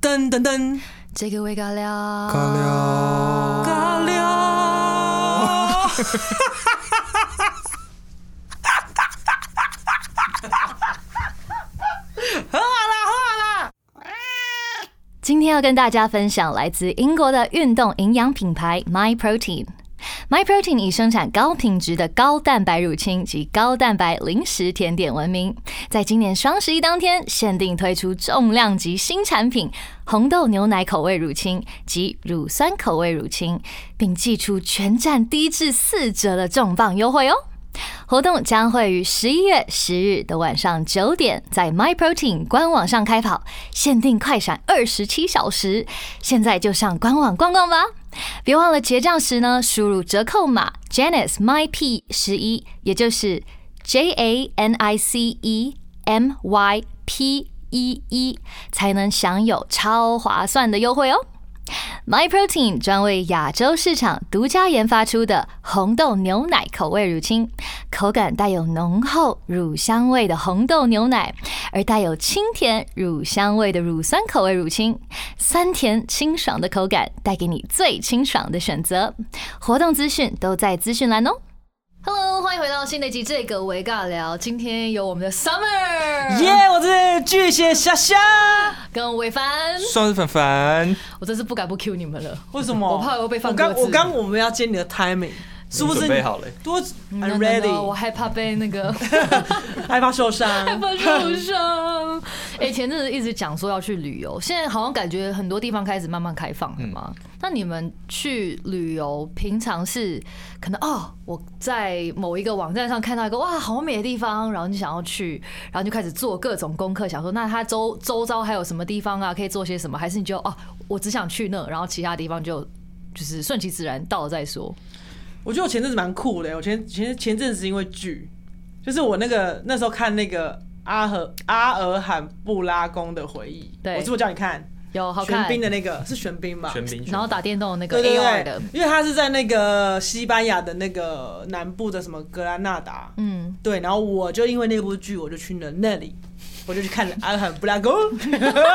噔噔噔，这个味尬尬聊，聊，尬聊。今天要跟大家分享来自英国的运动营养品牌 My Protein。My Protein 以生产高品质的高蛋白乳清及高蛋白零食甜点闻名，在今年双十一当天限定推出重量级新产品——红豆牛奶口味乳清及乳酸口味乳清，并寄出全站低至四折的重磅优惠哦！活动将会于十一月十日的晚上九点，在 My Protein 官网上开跑，限定快闪二十七小时。现在就上官网逛逛吧！别忘了结账时呢，输入折扣码 Janice My P 十一，也就是 J A N I C E M Y P 一一，才能享有超划算的优惠哦。My Protein 专为亚洲市场独家研发出的红豆牛奶口味乳清，口感带有浓厚乳香味的红豆牛奶，而带有清甜乳香味的乳酸口味乳清，酸甜清爽的口感带给你最清爽的选择。活动资讯都在资讯栏哦。Hello，欢迎回到新的一集这个维尬聊，今天有我们的 Summer 耶！我是巨蟹虾虾，跟伟凡，双日凡凡，我真是不敢不 Q 你们了。为什么？我怕我被放我刚鸽子我刚我们要接你的 timing，是不是准你备好了？多 No, no, I'm no, 嗯我 ready，害怕被 那个害怕受伤。害怕受伤。哎、前阵子一直讲说要去旅游，现在好像感觉很多地方开始慢慢开放了嘛。嗯那你们去旅游，平常是可能哦，我在某一个网站上看到一个哇好美的地方，然后你想要去，然后就开始做各种功课，想说那它周周遭还有什么地方啊，可以做些什么？还是你就哦，我只想去那，然后其他地方就就是顺其自然到了再说。我觉得我前阵子蛮酷的，我前前前阵子因为剧，就是我那个那时候看那个阿和阿尔罕布拉宫的回忆，对我是不是叫你看？有好玄看，彬的那个是玄彬吧？玄彬，然后打电动的那个对对 AR 对的，，因为他是在那个西班牙的那个南部的什么格拉纳达，嗯，对，然后我就因为那部剧，我就去了那里，我就去看了《阿罕布拉宫》，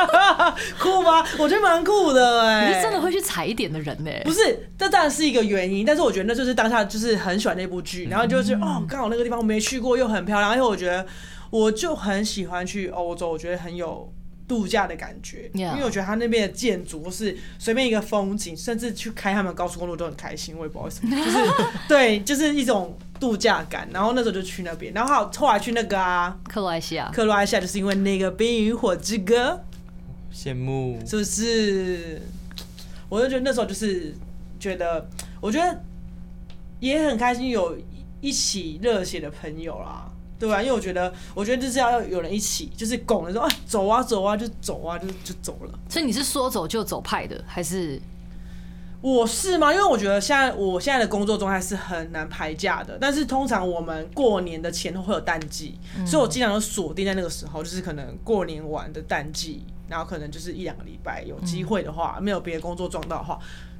酷吗？我觉得蛮酷的哎、你是真的会去踩一点的人呢、欸不是，这当然是一个原因，但是我觉得那就是当下就是很喜欢那部剧，然后就是、哦，刚好那个地方我没去过，又很漂亮，而且我觉得我就很喜欢去欧洲，我觉得很有。度假的感觉 Yeah 因为我觉得它那边的建筑或是随便一个风景，甚至去开他们高速公路都很开心，我也不知道为什么，就是对，就是一种度假感。然后那时候就去那边，然后还有后来去那个啊，克罗埃西亚，克罗埃西亚，就是因为那个《冰与火之歌》，羡慕，是不是？我就觉得那时候就是觉得，我觉得也很开心有一起热血的朋友啦，对啊吧、因为我觉得，我觉得就是要有人一起，就是拱的时候，哎，走啊走啊，就走啊，就就走了。所以你是说走就走派的，还是我是吗？因为我觉得现在我现在的工作状态是很难排假的，但是通常我们过年的前后会有淡季，所以我经常都锁定在那个时候，就是可能过年完的淡季，然后可能就是一两个礼拜有机会的话，没有别的工作撞到的话，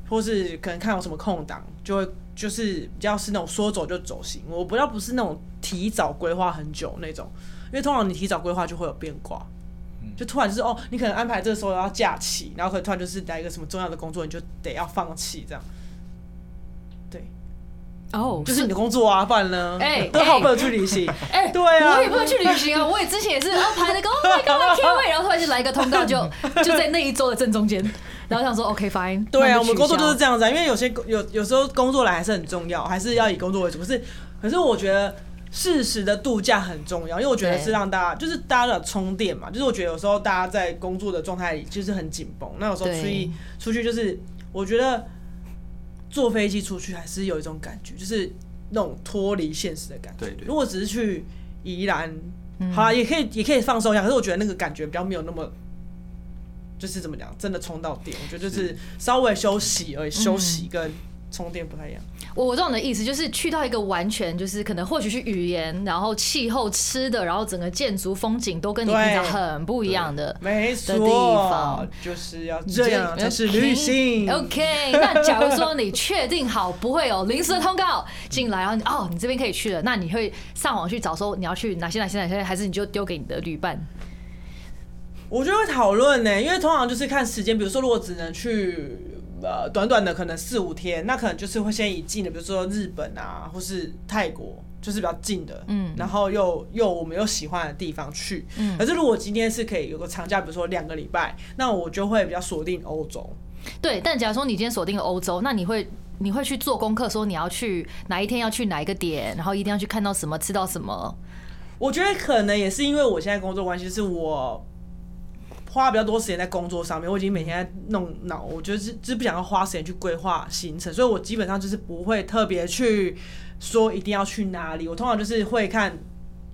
或是可能看有什么空档，就会就是比较是那种说走就走型，我比较不是那种提早规划很久那种，因为通常你提早规划就会有变卦。就突然就是哦，你可能安排这个时候要假期，然后可能突然就是来一个什么重要的工作，你就得要放弃这样。对，哦，就是你的工作啊，不然呢？哎都 好不能去旅 行。哎对啊我也不会去旅行啊，我也之前也是安排那个 Oh my God K 位，然后突然就来一个通告 就，就在那一周的正中间，然后想说 OK fine，对啊，那我就们取工作消就是这样子啊，因为有些有有时候工作来还是很重要，还是要以工作为主。可是可是我觉得适时的度假很重要，因为我觉得对是让大家就是大家的充电嘛，就是我觉得有时候大家在工作的状态里就是很紧绷，那有时候出对去出去就是我觉得坐飞机出去还是有一种感觉，就是那种脱离现实的感觉。对对如果只是去宜兰，嗯好啦，也可以也可以放松一下，可是我觉得那个感觉比较没有那么。就是怎么讲，真的充到电，我觉得就是稍微休息而已，休嗯息跟充电不太一样。我我懂你的意思，就是去到一个完全就是可能或许是语言，然后气候、吃的，然后整个建筑风景都跟你平常对很不一样的。没的地错方，就是要这样才是旅行。 OK，那假如说你确定好不会有临时的通告进来，然后你哦，你这边可以去了，那你会上网去找说你要去哪些哪些哪些，还是你就丢给你的旅伴？我就会讨论呢，因为通常就是看时间，比如说如果只能去呃短短的可能四五天，那可能就是会先以近的，比如说日本啊，或是泰国，就是比较近的，嗯然后又又我们又喜欢的地方去。嗯可是如果今天是可以有个长假，比如说两个礼拜，那我就会比较锁定欧洲。对，但假如说你今天锁定了欧洲，那你会你会去做功课，说你要去哪一天要去哪一个点，然后一定要去看到什么，吃到什么。我觉得可能也是因为我现在工作关系，就是我花比较多时间在工作上面，我已经每天在弄脑，我就是就是不想要花时间去规划行程，所以我基本上就是不会特别去说一定要去哪里，我通常就是会看。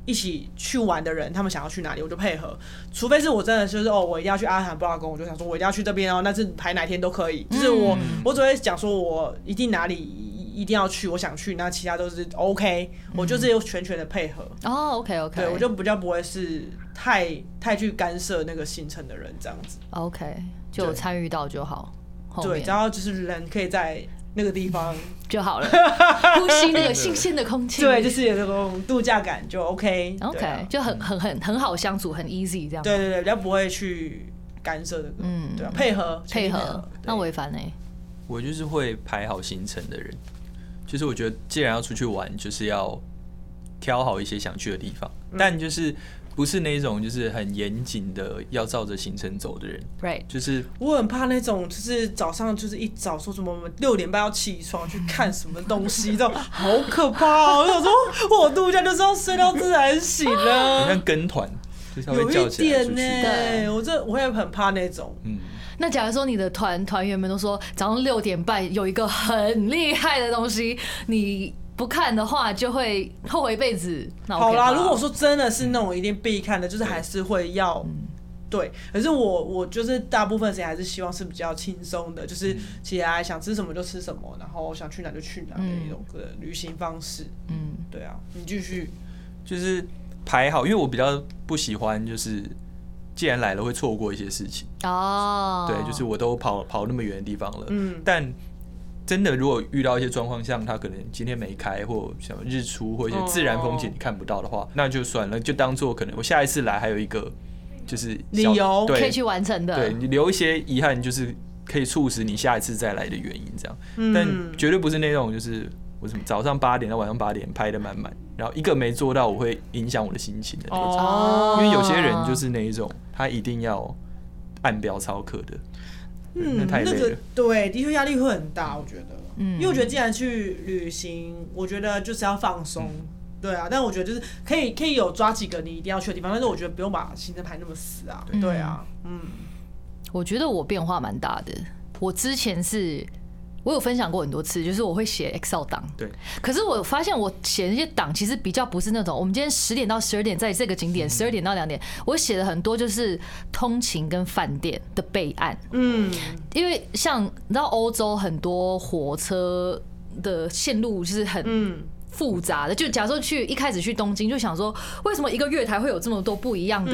一起去玩的人，他们想要去哪里，我就配合。除非是我真的就是哦，我一定要去阿罕布拉宫，我就想说我一定要去这边哦，那是排哪天都可以。就是我，我只会讲说我一定哪里一定要去，我想去，那其他都是哦 OK，我就是有全权的配合。哦，OK，OK、o k 对 OK，我就比较不会是太太去干涉那个行程的人这样子。 OK 就有对参与到就好，后对，面只要就是人可以在那个地 方，就 好了，呼吸那个新鲜的空气。对，就是有那种度假感就 OK 对 OK，、啊就很很很很好相处，很 easy 这样。对对对，比较不会去干涉这个，嗯对啊，配合配合。那我违反呢？欸我就是会排好行程的人，就是我觉得既然要出去玩，就是要挑好一些想去的地方，嗯但就是不是那种就是很严谨的要照着行程走的人， Right，就是我很怕那种，就是早上就是一早说什么我们六点半要起床去看什么东西，这种好可怕哦！我想说，我度假就是要睡到自然醒很了，像跟团，就是他有会一叫起来点出呢、去。对我这我也很怕那种。嗯，那假如说你的团团员们都说早上六点半有一个很厉害的东西，你不看的话就会后悔一辈子。那 OK 好哦啦，吧如果说真的是那种一定必看的，就是还是会要。对，可是我我就是大部分时间还是希望是比较轻松的，就是起来想吃什么就吃什么，然后想去哪就去哪的一种个旅行方式。嗯对啊，你继续。就是排好，因为我比较不喜欢就是既然来了会错过一些事情。哦，对，就是我都跑跑那么远的地方了，嗯但真的如果遇到一些状况，像他可能今天没开，或什么日出，或一些自然风景哦你看不到的话，那就算了，就当做可能我下一次来还有一个就是理小由可以对去完成的。对，你留一些遗憾，就是可以促使你下一次再来的原因，这样，嗯但绝对不是那种就是。我什么早上八点到晚上八点拍的满满，然后一个没做到，我会影响我的心情的那种。哦，因为有些人就是那一种，他一定要按表操课的，那嗯，太累那个了对，的确压力会很大，我觉得。嗯因为我觉得既然去旅行，我觉得就是要放松。对啊，但我觉得就是可以可以有抓几个你一定要去的地方，但是我觉得不用把行程排那么死啊。对啊，嗯，我觉得我变化蛮大的。我之前是，我有分享过很多次，就是我会写 Excel 档，对，可是我发现我写那些档其实比较不是那种，我们今天十点到十二点在这个景点，十二点到两点，我写的很多就是通勤跟饭店的备案，嗯，因为像你知道欧洲很多火车的线路就是很嗯复杂的。就假如说去一开始去东京，就想说为什么一个月台会有这么多不一样的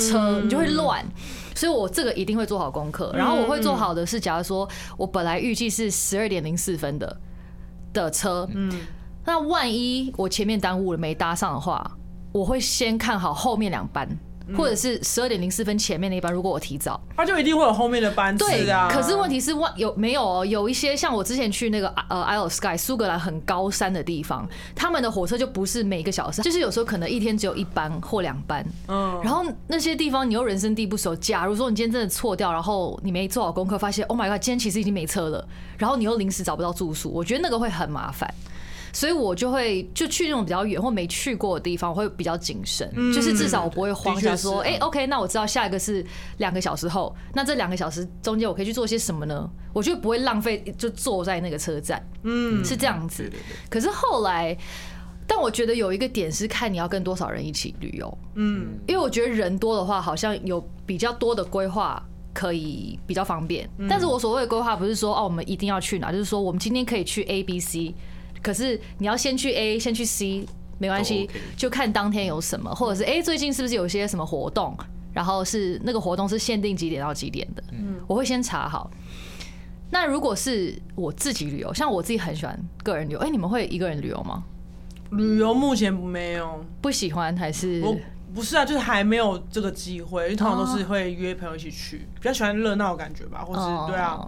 车，你就会乱。所以我这个一定会做好功课，然后我会做好的是，假如说我本来预计是十二点零四分的的车，嗯，那万一我前面耽误了没搭上的话，我会先看好后面两班，或者是十二点零四分前面那一班，如果我提早。他就一定会有后面的班对次啊。可是问题是，万有没有哦？有一些像我之前去那个呃 Isle of Sky 苏格兰很高山的地方，他们的火车就不是每个小时，就是有时候可能一天只有一班或两班。嗯，然后那些地方你又人生地不熟，假如说你今天真的错掉，然后你没做好功课，发现 Oh my God，今天其实已经没车了，然后你又临时找不到住宿，我觉得那个会很麻烦。所以我就会就去那种比较远或没去过的地方，我会比较谨慎，就是至少我不会慌，嗯的确想说，是啊哎、o k 那我知道下一个是两个小时后，那这两个小时中间我可以去做些什么呢？我就不会浪费，就坐在那个车站，嗯，是这样子对。对对。可是后来，但我觉得有一个点是看你要跟多少人一起旅游，嗯因为我觉得人多的话，好像有比较多的规划。可以比较方便，嗯但是我所谓的规划不是说哦，我们一定要去哪，就是说我们今天可以去 A、B、C，可是你要先去 A，先去 C，没关系都 OK 就看当天有什么，或者是哎、诶最近是不是有些什么活动，然后是那个活动是限定几点到几点的，嗯我会先查好。那如果是我自己旅游，像我自己很喜欢个人旅游，哎、你们会一个人旅游吗？旅游目前没有，不喜欢还是我不是啊，就是还没有这个机会，因为通常都是会约朋友一起去，比较喜欢热闹的感觉吧，或哦，是对啊，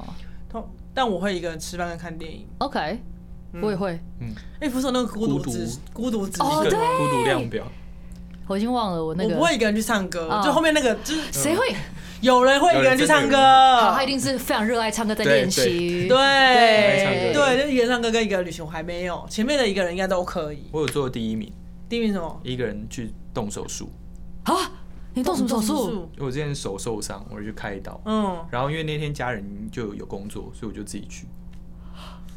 通但我会一个人吃饭跟看电影。 ，OK，我也嗯会，哎，不是有那个孤独指孤独指哦数，一个对孤独量表，我已经忘了我那我个不会一个人去唱歌哦，就后面那个就是谁会，有人会一个人去唱歌，好，哦他一定是非常热爱唱歌，在练啊习，对对对，就一个人唱歌跟一个人旅行，我还没有，前面的一个人应该都可以。我有做第一名，第一名是什么？一个人去动手术。啊，你动什么手术？？因为我之前手受伤，我就去开刀。嗯，然后因为那天家人就有工作，所以我就自己去，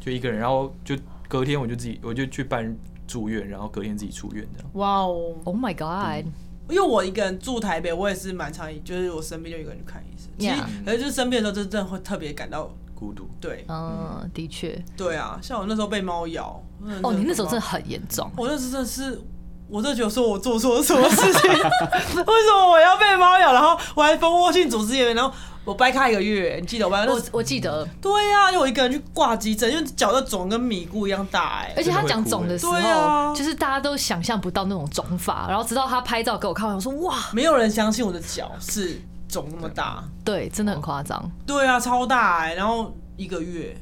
就一个人。然后就隔天我就自己我就去办住院，然后隔天自己出院这样。哇哦！ Oh my god！因为我一个人住台北，我也是蛮常，就是我生病就一个人去看医生。其 Yeah 实，可是就是生病的时候，就真的会特别感到孤独，对嗯，的确。对啊。像我那时候被猫咬，真的哦，是你那时候很真的忙，很严重。我那时候真的是。我就觉得说我做错了什么事情，为什么我要被猫咬？然后我还蜂窝性组织炎，然后我掰开一个月，你记得我掰？那我我记得，对呀、因为我一个人去挂急诊，因为脚都肿跟米糊一样大哎、而且他讲肿的时真的会哭欸对候，啊就是大家都想象不到那种肿法，然后直到他拍照给我看，我想说哇，没有人相信我的脚是肿那么大。对，真的很夸张。对啊，超大哎、然后一个月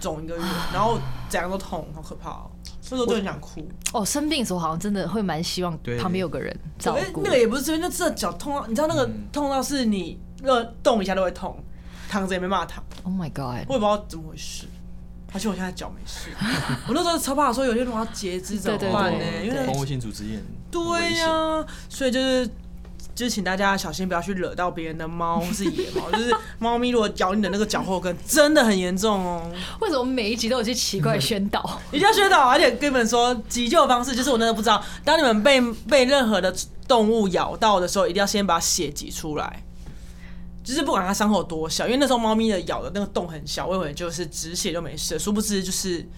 肿一个月，啊然后怎样都痛，好可怕哦、所以我就很想哭。哦，生病的时候好像真的会蛮希望对旁边有个人照对，顾嗯那。个也不是真的，那真的脚痛到，你知道那个痛到是你热动一下都会痛，躺着也没办法躺， Oh my god！我也不知道怎么回事。而且我现在脚没 事，我那时候超怕说有些如果要截肢怎么对办呢、对因为对蜂窝性组织炎很危对险呀、所以就是。就是请大家小心，不要去惹到别人的猫或是野猫。就是猫咪如果咬你的那个脚后跟，真的很严重哦。为什么每一集都有些奇怪的宣导？一定要宣导，而且跟你们说，急救方式就是我那时候不知道，当你们被被任何的动物咬到的时候，一定要先把血挤出来。就是不管它伤口多小，因为那时候猫咪的咬的那个洞很小，我以为就是止血就没事了，殊不知就是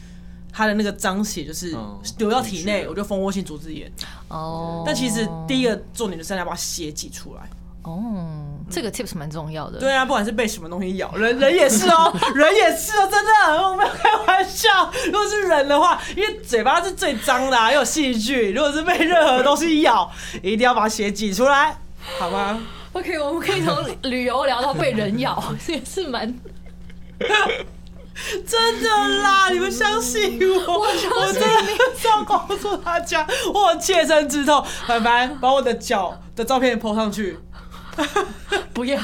它的那个脏血就是嗯流到体进去内，了我就蜂窝性组织炎。哦，但其实第一个重点就是要把血挤出来。哦，这个 tips 蛮重要的。对啊，不管是被什么东西咬，人人也是 哦，人也是哦，真的，我没有开玩笑。如果是人的话，因为嘴巴是最脏的、啊，又有细菌。如果是被任何东西咬，一定要把血挤出来，好吗？ OK，我们可 以从旅游聊到被人咬， 这也是蛮……真的啦，你们相信 我，我嗯相信真的要告诉大家，我有切身之痛。凡凡把我的脚的照片 po 上去，不要，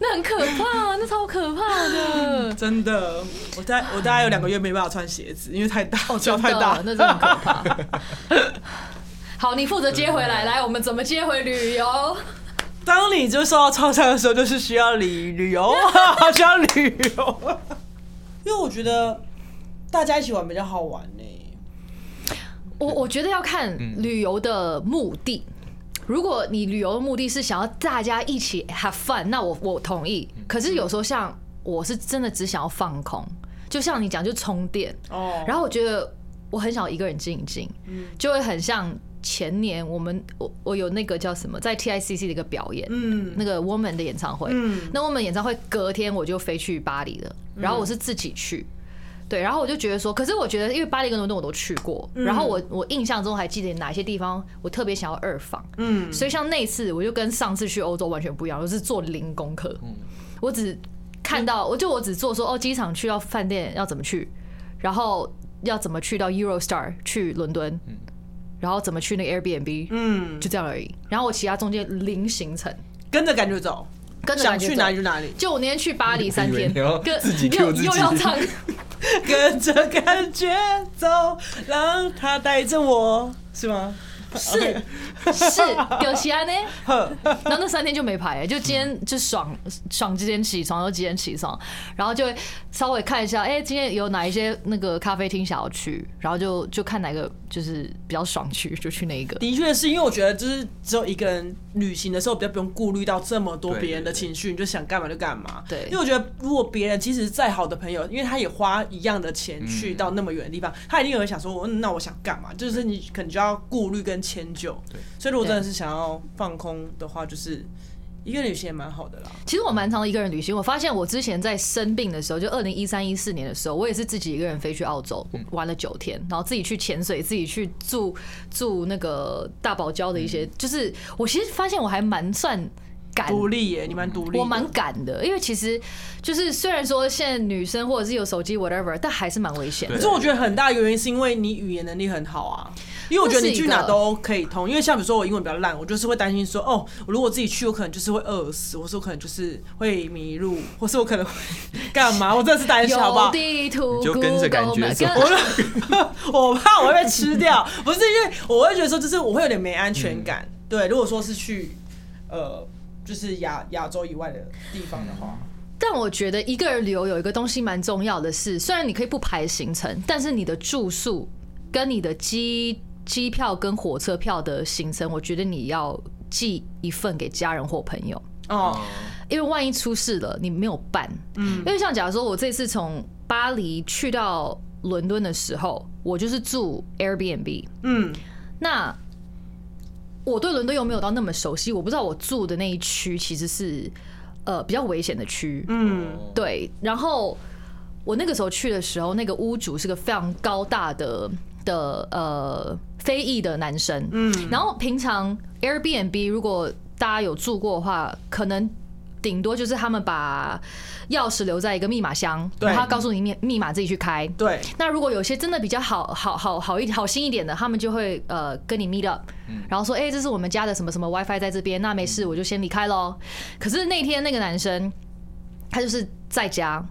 那很可怕，那超可怕的。真的，我大我大概有两个月没办法穿鞋子，因为太大，脚太 大啊真的，那真的很可怕。 好，你负责接回嗯来，来，我们怎么接回旅游？当你就受到创伤的时候，就是需要旅旅游， 需要旅游。因为我觉得大家一起玩比较好玩呢、我我觉得要看嗯旅游的目的。如果你旅游的目的是想要大家一起 have fun，那我我同意。嗯可是有时候像我是真的只想要放空，就像你讲，就充电。哦，然后我觉得我很想一个人静一静，嗯就会很像前年我们我我有那个叫什么，在 TICC 的一个表演，嗯那个 Woman 的演唱会，嗯那 Woman 演唱会隔天我就飞去巴黎了，然后我是自己去。对，然后我就觉得说，可是我觉得，因为巴黎跟伦敦我都去过，嗯然后我我印象中还记得哪些地方我特别想要二访，嗯，所以像那次我就跟上次去欧洲完全不一样，我是做零功课，我只看到，我就我只做说哦，机场去到饭店要怎么去，然后要怎么去到 Eurostar 去伦敦，嗯然后怎么去那个 Airbnb，嗯，就这样而已。然后我其他中间零行程，跟着感觉走，跟着想感觉去走哪里就哪里，就我那天去巴黎三我以为天，你要跟自己 cue 又自己又要 唱，跟着感觉走，让它带着我，是吗？是是有其他呢。呵，然后那三天就没排，就今天就爽爽几点起床就几点起床，然后就会稍微看一下，哎、今天有哪一些那个咖啡厅想要去，然后就就看哪个就是比较爽去，就去那一个。的确是因为我觉得，就是只有一个人旅行的时候，比较不用顾虑到这么多对别人的对对情绪，你就想干嘛就干嘛。对因为我觉得，如果别人即使是再好的朋友，因为他也花一样的钱去到那么远的地方，他一定有人想说，嗯，那我想干嘛？就是你可能就要顾虑跟迁就。对，所以如果真的对是想要放空的话，就是一个旅行也蛮好的啦。其实我蛮常一个人旅行，我发现我之前在生病的时候，就二零一三一四年的时候，我也是自己一个人飞去澳洲嗯玩了九天，然后自己去潜水，自己去住住那个大堡礁的一嗯些，就是我其实发现我还蛮算敢独立耶，你蛮独立的，我蛮敢的，因为其实就是虽然说现在女生或者是有手机 whatever，但还是蛮危险的。可是我觉得很大一个原因是因为你语言能力很好啊，因为我觉得你去哪都可以通。因为像比如说我英文比较烂，我就是会担心说，哦，我如果自己去，我可能就是会饿死，或是我可能就是会迷路，或是我可能会 干嘛？我真的是担心，好不有好？地图你就跟着感觉 Google Map，走跟 我怕我会被吃掉，不是因为我会觉得说，就是我会有点没安全感。对，如果说是去呃，就是亚亚洲以外的地方的话，但我觉得一个人旅游有一个东西蛮重要的是，虽然你可以不排行程，但是你的住宿跟你的机机票跟火车票的行程，我觉得你要寄一份给家人或朋友，哦，因为万一出事了你没有办。嗯，因为像假如说我这次从巴黎去到伦敦的时候，我就是住 Airbnb，嗯，那我对伦敦又没有到那么熟悉，我不知道我住的那一区其实是呃比较危险的区。嗯，对，然后我那个时候去的时候，那个屋主是个非常高大的的呃非裔的男生，嗯，然后平常 Airbnb 如果大家有住过的话，可能。顶多就是他们把钥匙留在一个密码箱，对然后他告诉你密密码自己去开。对，那如果有些真的比较好好好好一好心一点的，他们就会呃跟你 meet up，、嗯然后说，哎、这是我们家的什么什么 WiFi 在这边，那没事，我就先离开喽。可是那天那个男生，他就是在家，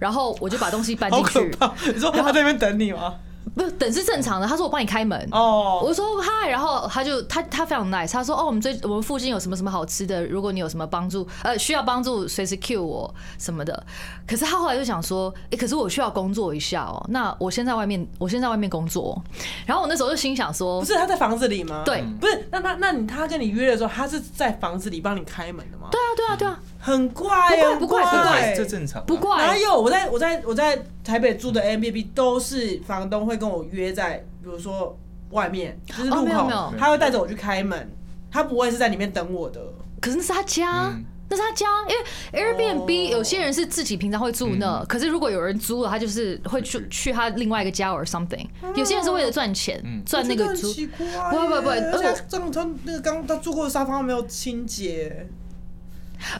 然后我就把东西搬好进可去，怕！你说他在那边等你吗？不是等是正常的，他说我帮你开门。哦，我说嗨，然后他就他他非常 nice，他说哦，我们最我们附近有什么什么好吃的，如果你有什么帮助，呃，需要帮助随时 cue 我什么的。可是他后来就想说，哎、可是我需要工作一下哦，那我先在外面，我先在外面工作。然后我那时候就心想说不，是他在房子里吗？哦对不是，那他那你他跟你约的时候，他是在房子里帮你开门的吗？对，对啊，对啊，对啊，很怪耶，不怪不怪很不这正常啊。不怪哪有？我在我在我在台北住的 M B B 都是房东会跟我约在，比如说外面，就是哦路没有口没有，他会带着我去开门，他不会是在里面等我的。可是那是他家。嗯那是他家，因为 Airbnb 哦有些人是自己平常会住那，可是如果有人租了，他就是会去去他另外一个家 or something。有些人是为了赚钱，赚那我个觉得租很。奇怪耶，不不不而而且且这种他那个刚他住过的沙发没有清洁，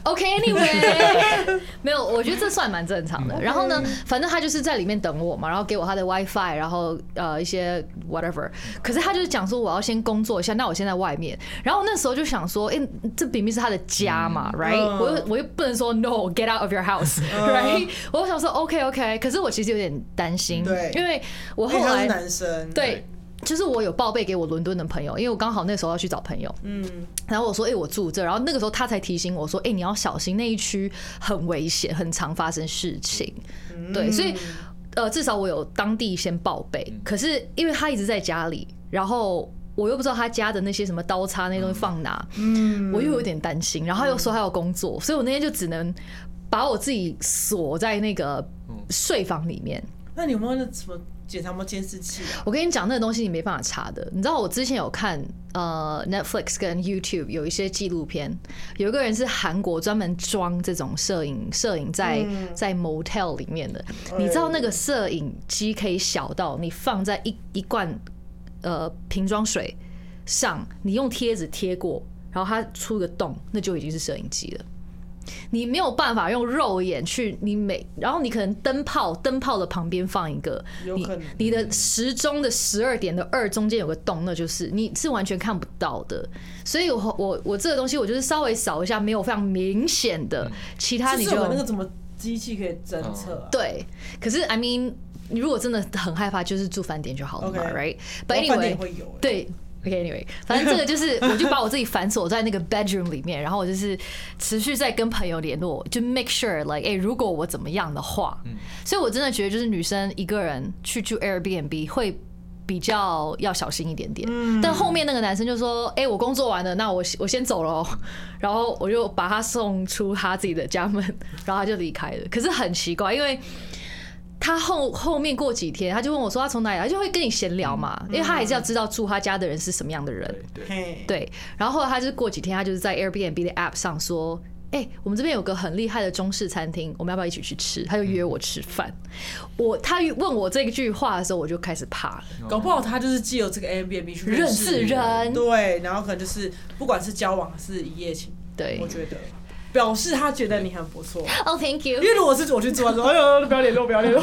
OK，Anyway，、没有，我觉得这算蛮正常嗯的。然后呢，反正他就是在里面等我嘛，然后给我他的 WiFi，然后呃一些 whatever。可是他就是讲说我要先工作一下，那我先在外面。然后那时候就想说，哎、这明明是他的家嘛、r i g h t 嗯我又我又不能说 No，get out of your house，right？、我就想说 OK OK，可是我其实有点担心，对因为我因为后他是来男生。，对。就是我有报备给我伦敦的朋友，因为我刚好那时候要去找朋友，嗯，然后我说：“哎、我住这。”然后那个时候他才提醒我说：“哎、你要小心那一区很危险，很常发生事情。”对，所以呃，至少我有当地先报备。可是因为他一直在家里，然后我又不知道他家的那些什么刀叉那些东西放哪，嗯，我又有点担心。然后他又说他要工作，所以我那天就只能把我自己锁在那个睡房里面。那你有没有那什么检查有没有监视器啊？我跟你讲，那个东西你没办法查的。你知道我之前有看呃 Netflix 跟 YouTube 有一些纪录片，有一个人是韩国专门装这种摄影，摄影在在 motel 里面的。你知道那个摄影机可以小到你放在一一罐呃瓶装水上，你用贴纸贴过，然后它出个洞，那就已经是摄影机了。你没有办法用肉眼去，你每然后你可能灯泡灯泡的旁边放一个，有你可能你的呃时钟的十二点的二中间有个洞，那就是你是完全看不到的。所以我我我这个东西我就是稍微扫一下，没有非常明显的，其他嗯就你是就有那个什么机器可以侦测啊？对。可是 I mean，你如果真的很害怕，就是住饭店就好了 OK 嘛，right？But 我饭店也 anyway，会有欸对。OK，anyway，、反正这个就是， 我就把我自己反锁在那个 bedroom 里面，然后我就是持续在跟朋友联络，就 make sure like，哎、如果我怎么样的话，所以我真的觉得就是女生一个人去住 Airbnb 会比较要小心一点点。但后面那个男生就说，哎、我工作完了，那我我先走了哦，然后我就把他送出他自己的家门，然后他就离开了。可是很奇怪，因为。他后后面过几天，他就问我说他从哪里来，他就会跟你闲聊嘛，因为他还是要知道住他家的人是什么样的人对。对，嘿，对，然后后来他就是过几天，他就是在 Airbnb 的 App 上说。哎、我们这边有个很厉害的中式餐厅，我们要不要一起去吃？他就约我吃饭。我他问我这句话的时候，我就开始怕了，搞不好他就是借由这个 Airbnb 去认识识人。对，然后可能就是不管是交往还是一夜情，对我觉得表示他觉得你很不错。哦、t h a n k you 因。为如果是我去做，他说哎呦不要联络，不要 联络，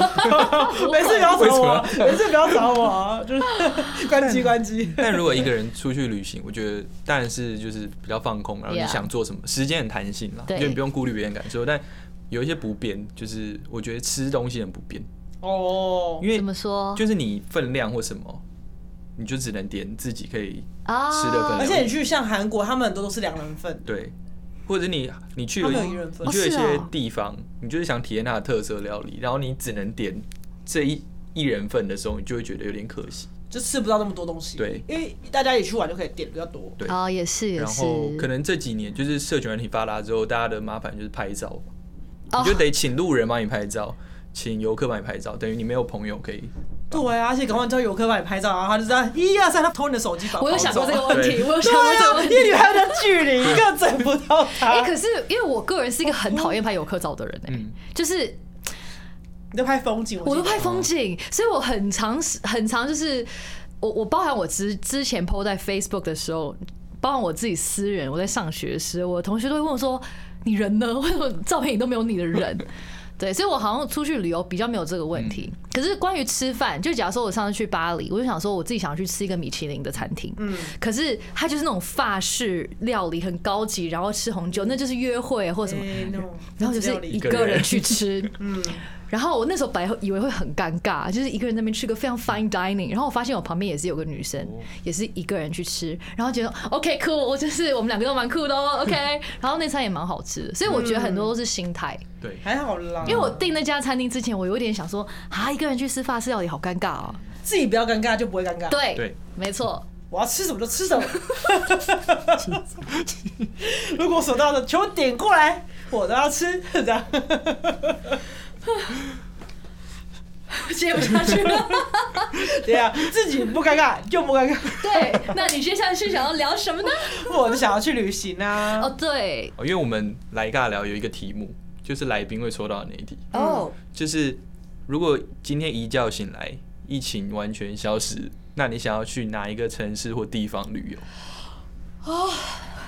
每次不要找我啊，每次不要找我啊，就是关机关机。但如果一个人出去旅行， 我觉得当然是就是比较放空，然后你 Yeah 想做什么，时间很弹性啦，对就你不用顾虑别人感受。但有一些不便，就是我觉得吃东西很不便，哦，因为怎么说？就是你分量或什么，你就只能点自己可以啊吃的分而且你去像韩国，他们很多都是两人份，对，或者你你去他了们有一一人份你去了一哦是些哦地方，你就是想体验它的特色料理，然后你只能点这一一人份的时候，你就会觉得有点可惜。就吃不到那么多东西。对因为大家一起去玩就可以点比较多。对哦，也是也然是，后可能这几年就是社群软体发达之后，大家的麻烦就是拍照，哦你就得请路人帮你拍照，请游客帮你拍照，等于你没有朋友可以。对啊，而且赶快叫游客帮你拍照，然后他就这样一二三，他偷你的手机。我有跑想过走这个问题， 对我有想过 对这个啊，问因题。为你还有点距离，一个追不到 哎、他。可是因为我个人是一个很讨厌拍游客照的人哎、嗯就是你在拍风景，我记都得拍风景，所以我很常很常就是我我包含我之之前 PO 在 Facebook 的时候，包含我自己私人，我在上学的时候，我的同学都会问我说：“你人呢？ 为什么照片里都没有你的人？”对，所以我好像出去旅游比较没有这个问题。可是关于吃饭，就假如说我上次去巴黎，我就想说我自己想去吃一个米其林的餐厅，嗯，可是它就是那种法式料理，很高级，然后吃红酒，那就是约会或什么。哎那种然后就是料理一个人去 吃，嗯，然后我那时候本来以为会很尴尬，就是一个人在那边吃个非常 fine dining，然后我发现我旁边也是有个女生，也是一个人去吃，然后觉得 OK cool，我就是我们两个都蛮酷的哦，OK，然后那餐也蛮好吃的，所以我觉得很多都是心态，对，还好啦，因为我订那家餐厅之前，我有点想说啊，一个人去吃法式料理好尴尬哦，自己不要尴尬就不会尴尬。，对对，没错，我要吃什么就吃什么。 如果手到的全部点过来，我都要吃，这样。接不下去了，对啊，自己不尴尬就不尴尬。 对，那你接下去想要聊什么呢？我就想要去旅行哦，啊。对，哦因为我们来尬聊有一个题目，就是来宾会抽到的那一题，哦，就是如果今天一觉醒来，疫情完全消失，那你想要去哪一个城市或地方旅游？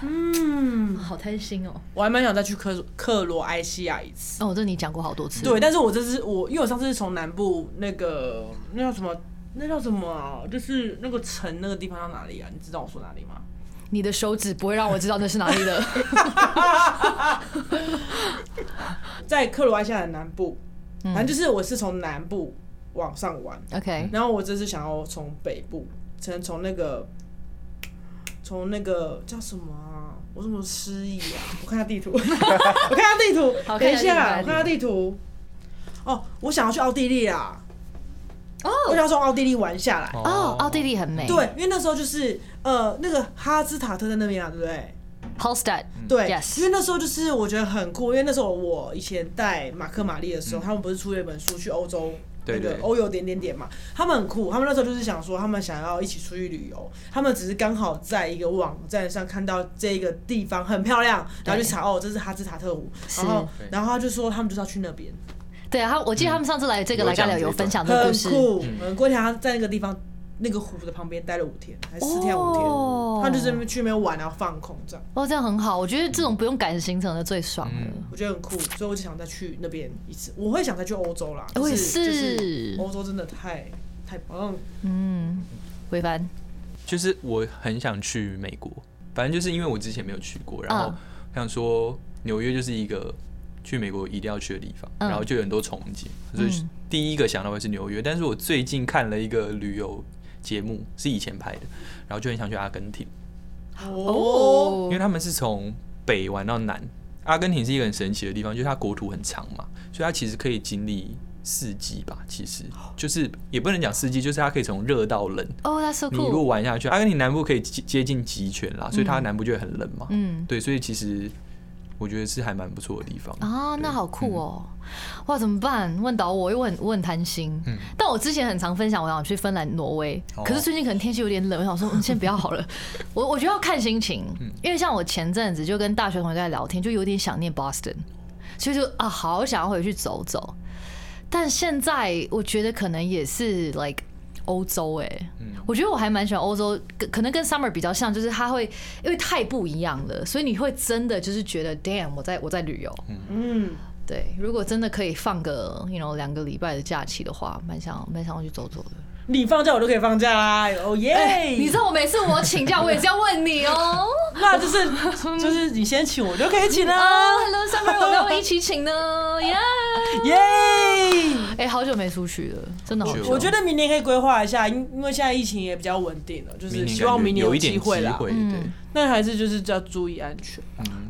嗯，好贪心哦，我还蛮想再去克克罗埃西亚一次。哦，这你讲过好多次，对，但是我这次我，因为我上次是从南部那个那叫什么，那叫什么啊、就是那个城那个地方叫哪里啊？你知道我说哪里吗？ 你的手指不会让我知道那是哪里的。在克罗埃西亚的南部，反正就是我是从南部往上玩， OK，然后我这次想要从北部，可能从那个从那个叫什么啊？我怎么失忆啊？我看下地图， 我看下地图，好等一看一下下，我地图看下地图。哦，我想要去奥地利啊！我哦想要从奥地利玩下来。哦，奥地利很美。对，因为那时候就是呃，那个哈兹塔特在那边啊，对不对？ ，Holstad，对嗯 Yes 因为那时候就是我觉得很酷，因为那时候我以前带马克玛丽的时嗯候，他们不是出了一本书去欧洲。对那个对欧游点点点嘛，他们很酷。他们那时候就是想说，他们想要一起出去旅游，他们只是刚好在一个网站上看到这个地方很漂亮，然后就查哦，这是哈兹塔特湖，然后对然后他就说他们就是要去那边，对啊，他我记得他们上次来这个有来尬讲聊这一有分段享这个很故事，酷。嗯，过天他在那个地方那个湖的旁边待了五天，还是四天还五天，哦他就在那边去那边玩，然后放空这样。哦，这样很好，我觉得这种不用赶行程的最爽了。嗯我觉得很酷，所以我就想再去那边一次。我会想再去欧洲啦，哦我也就是就是欧洲真的太太棒了。嗯，回凡，就是我很想去美国，反正就是因为我之前没有去过，然后嗯想说纽约就是一个去美国一定要去的地方，嗯然后就有很多憧憬，所以嗯第一个想到会是纽约。但是我最近看了一个旅游节目，是以前拍的，然后就很想去阿根廷，哦，因哦为，他们是从北玩到南。阿根廷是一个很神奇的地方，就是它国土很长嘛，所以它其实可以经历四季吧。其实就是也不能讲四季，就是它可以从热到冷，哦，That's so 你如果 cool，玩下嗯去，阿根廷南部可以接接近极权啦，所以它南部就会很冷嘛。嗯，对，所以其实我觉得是还蛮不错的地方。啊，那对嗯好酷哦！哇，怎么办？问倒我，因为我很我很贪心。嗯但我之前很常分享，我想去芬兰、挪威，哦可是最近可能天气有点冷，我想说，嗯，先不要好 了。我我觉得要看心情，嗯因为像我前阵子就跟大学同学在聊天，就有点想念 Boston，所以就啊，好想要回去走走。但现在我觉得可能也是 like 欧洲哎、嗯我觉得我还蛮喜欢欧洲，可可能跟 summer 比较像，就是它会因为太不一样了，所以你会真的就是觉得 damn 我在我在旅游，嗯，对，如果真的可以放个，you know，两个礼拜的假期的话，蛮想蛮想要去走走的。哎你放假我都可以放假啦，哦耶！你知道我每次我请假，我也是要问你 哦。那 就是就是你先请我就可以请啦，啊，Hello Summer，我跟我一起请 呢，耶！耶！哎，好久没出去了，真的好我久。我觉得明年可以规划一下，因因为现在疫情也比较稳定了，就明是年希望感觉明年有一点机机会啦。对，嗯那还是就是要注意安全。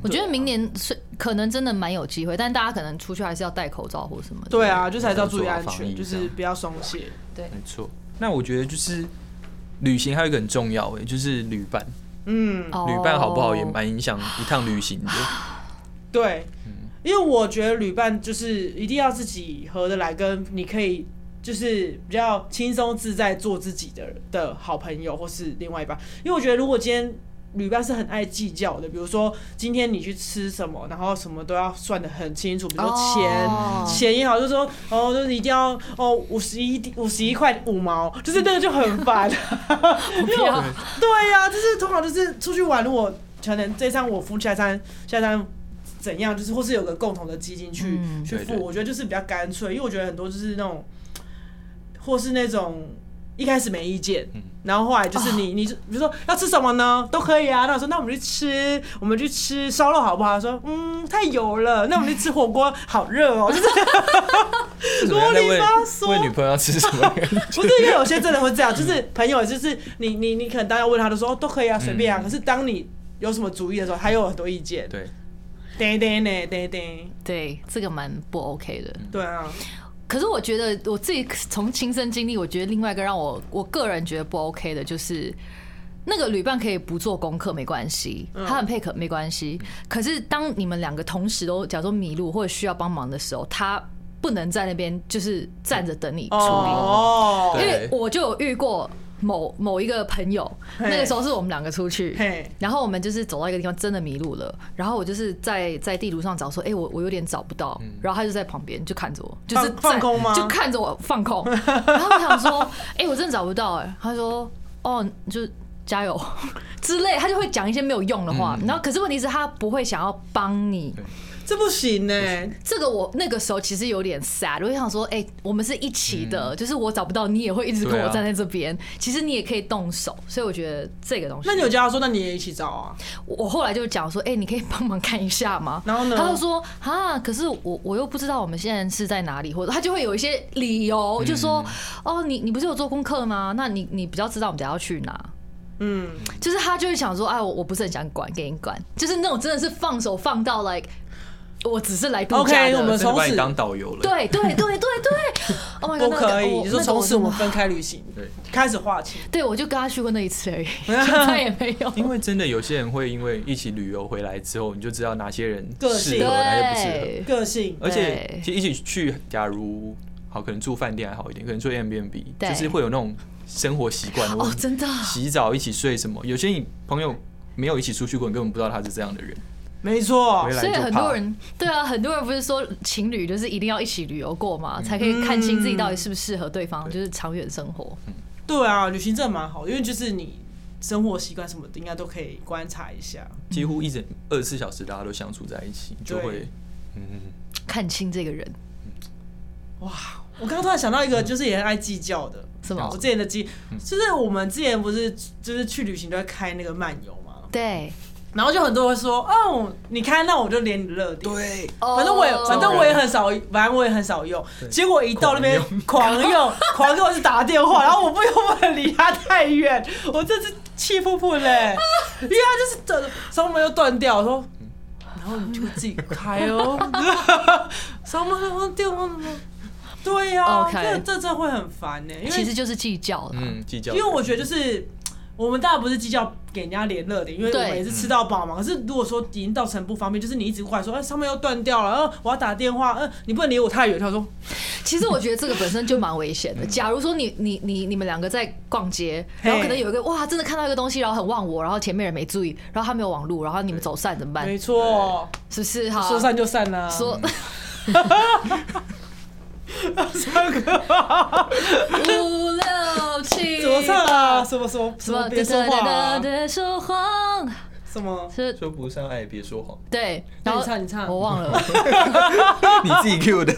我觉得明年是可能真的蛮有机会，但大家可能出去还是要戴口罩或什么的。对啊，就是还是要注意安防疫全，就这是样不要松懈。没错。那我觉得就是旅行还有一个很重要诶、欸就是旅伴，嗯，哦，旅伴好不好也蛮影响一趟旅行的。啊对，因为我觉得旅伴就是一定要自己合得来，跟你可以就是比较轻松自在做自己的的好朋友或是另外一半。因为我觉得如果今天旅伴是很爱计较的，比如说今天你去吃什么，然后什么都要算得很清楚，比如说钱。哦钱也好，就说哦，就是一定要哦，五十一五十一块五毛，就是那个就很 烦。不要 对呀、就是通常就是出去玩，如果可能这餐我付，下餐下餐怎样，就是或是有个共同的基金去、嗯去付，对对我觉得就是比较干脆，因为我觉得很多就是那种，或是那种。一开始没意见，嗯然后后来就是你，你就比如说要吃什么呢，都可以啊。那我说那我们去吃，我们去吃烧肉好不好？他说嗯太油了，那我们去吃火锅，好热哦。就是为什么要在啰里吧嗦问问女朋友要吃什么？ 不是因为有些真的会这样，就是朋友，就是你你你可能当然问他的时候哦都可以啊，随便啊。可是当你有什么主意的时候，他又有很多意见。嗯对，对对对对对， 对，这个蛮不 OK 的。对啊，可是我觉得我自己从亲身经历，我觉得另外一个让我我个人觉得不 OK 的就是。那个旅伴可以不做功课没关系，他很配合没关系。可是当你们两个同时都假如说迷路或者需要帮忙的时候，他不能在那边就是站着等你处理。哦对，因为我就有遇过某某一个朋友，嘿那个时候是我们两个出去嘿，然后我们就是走到一个地方真的迷路了，然后我就是在在地图上找说，哎、我我有点找不到，然后他就在旁边就看着我，就是嗯放在放空吗就看着我 放空，然后我想说，哎、我真的找不到、哎，他说，哦，就是。加油 之类，他就会讲一些没有用的话，嗯然后可是问题是他不会想要帮你，这不行呢、这个我那个时候其实有点 sad，我就想说，哎、我们是一起的，嗯就是我找不到你也会一直跟对啊我站在这边，其实你也可以动手，所以我觉得这个东西，那你有叫他说，那你也一起找啊？我我后来就讲说，哎、你可以帮忙看一下吗？然后呢他就说，啊，可是我我又不知道我们现在是在哪里，或者他就会有一些理由，嗯就说，哦，你你不是有做功课吗？那你你比较知道我们等下要去哪。嗯，就是他就会想说，哎，我我不是很想管，给你管，就是那种真的是放手放到 like，我只是来度假 OK，的。我们甚至把从你此当导游了。对对对对对，Oh my god，不那个可以，你我那说个从此真我们的分开旅行，对，开始划清。对我就跟他去过那一次 而已，现在也没有。因为真的有些人会因为一起旅游回来之后，你就知道哪些人个性适合，哪些不适合。对，个性，而且对其实一起去，假如好，可能住饭店还好一点，可能住 Airbnb，对就是会有那种生活习惯的问哦，题，真的，洗澡一起睡什么。有些你朋友没有一起出去过，你根本不知道他是这样的人，没错回，来所以就很怕多人对啊，很多人不是说情侣就是一定要一起旅游过嗯嘛，才可以看清自己到底适不适合对方，就是长远生活。对啊，旅行真的蛮好的，因为就是你生活习惯什么的，应该都可以观察一下。几乎一整二十四小时大家都相处在一起，就会对嗯，看清这个人，我刚刚突然想到一个，就是也很爱计较的，什么我之前的计，就是我们之前不是就是去旅行都会开那个漫游嘛，对，然后就很多人会说，哦，你开那我就连你的热点。对，反反正我哦也，反正我也很少，反正我也很少用。结果一到那边狂 用，狂给我是打电话，然后我不用不能离他太远，我真是气噗噗嘞， 因为他就是整烧麦又断掉，我说，然后你就自己开 哦，烧麦忘掉了吗？对呀、 OK 这这真的会很烦呢、因为其实就是计较了。嗯，计较，因为我觉得就是我们当然不是计较给人家连热点，因为我对们也是吃到饱嘛。可是如果说已经造成不方便，就是你一直过来说，哎、上面又断掉了，呃，我要打电话，呃，你不能离我太远。他说， 其实我觉得这个本身就蛮危险嗯的。 假如说你你你你们两个在逛街，然后可能有一个哇，真的看到一个东西，然后很忘我，然后前面人没注意，然后他没有网路，然后你们走散怎么办？没错，是不是哈？说啊散就散啦、哎说唱歌 五六七怎么唱啊？什么什么嗯什什么么别说话、啊，的说谎啊什么？是，说不上爱，别说谎，对，那然你后哦唱你唱我忘了，你自己 Q 的。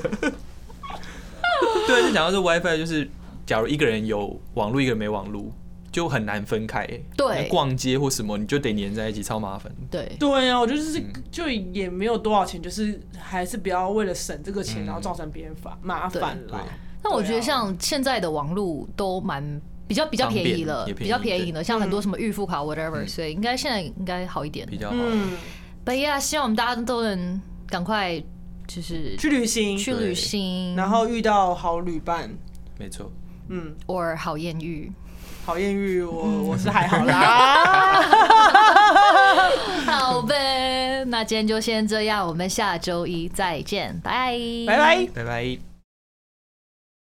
对，就讲到这 WiFi，就是假如一个人有网络，一个人没网络，就很难分开、欸。对逛街或什么，你就得黏在一起，超麻烦。 对，对啊，我觉得就是就也没有多少钱，就是还是不要为了省这个钱，然后造成别人烦麻烦啦。那我觉对得啊像现在的网络都蛮比较比较方便便宜了，也比便宜嗯较便宜了，像很嗯多什么预付卡 whatever，所以应该现在应该好一点比。较好。嗯， But yeah，希望我们大家都能赶快就是去旅行，去旅行，然后遇到好旅伴，没错，嗯， or 好 艳遇。好艳遇，我我是还啊好啦。好 呗，那今天就先这样，我们下周一再见，拜拜拜。拜拜。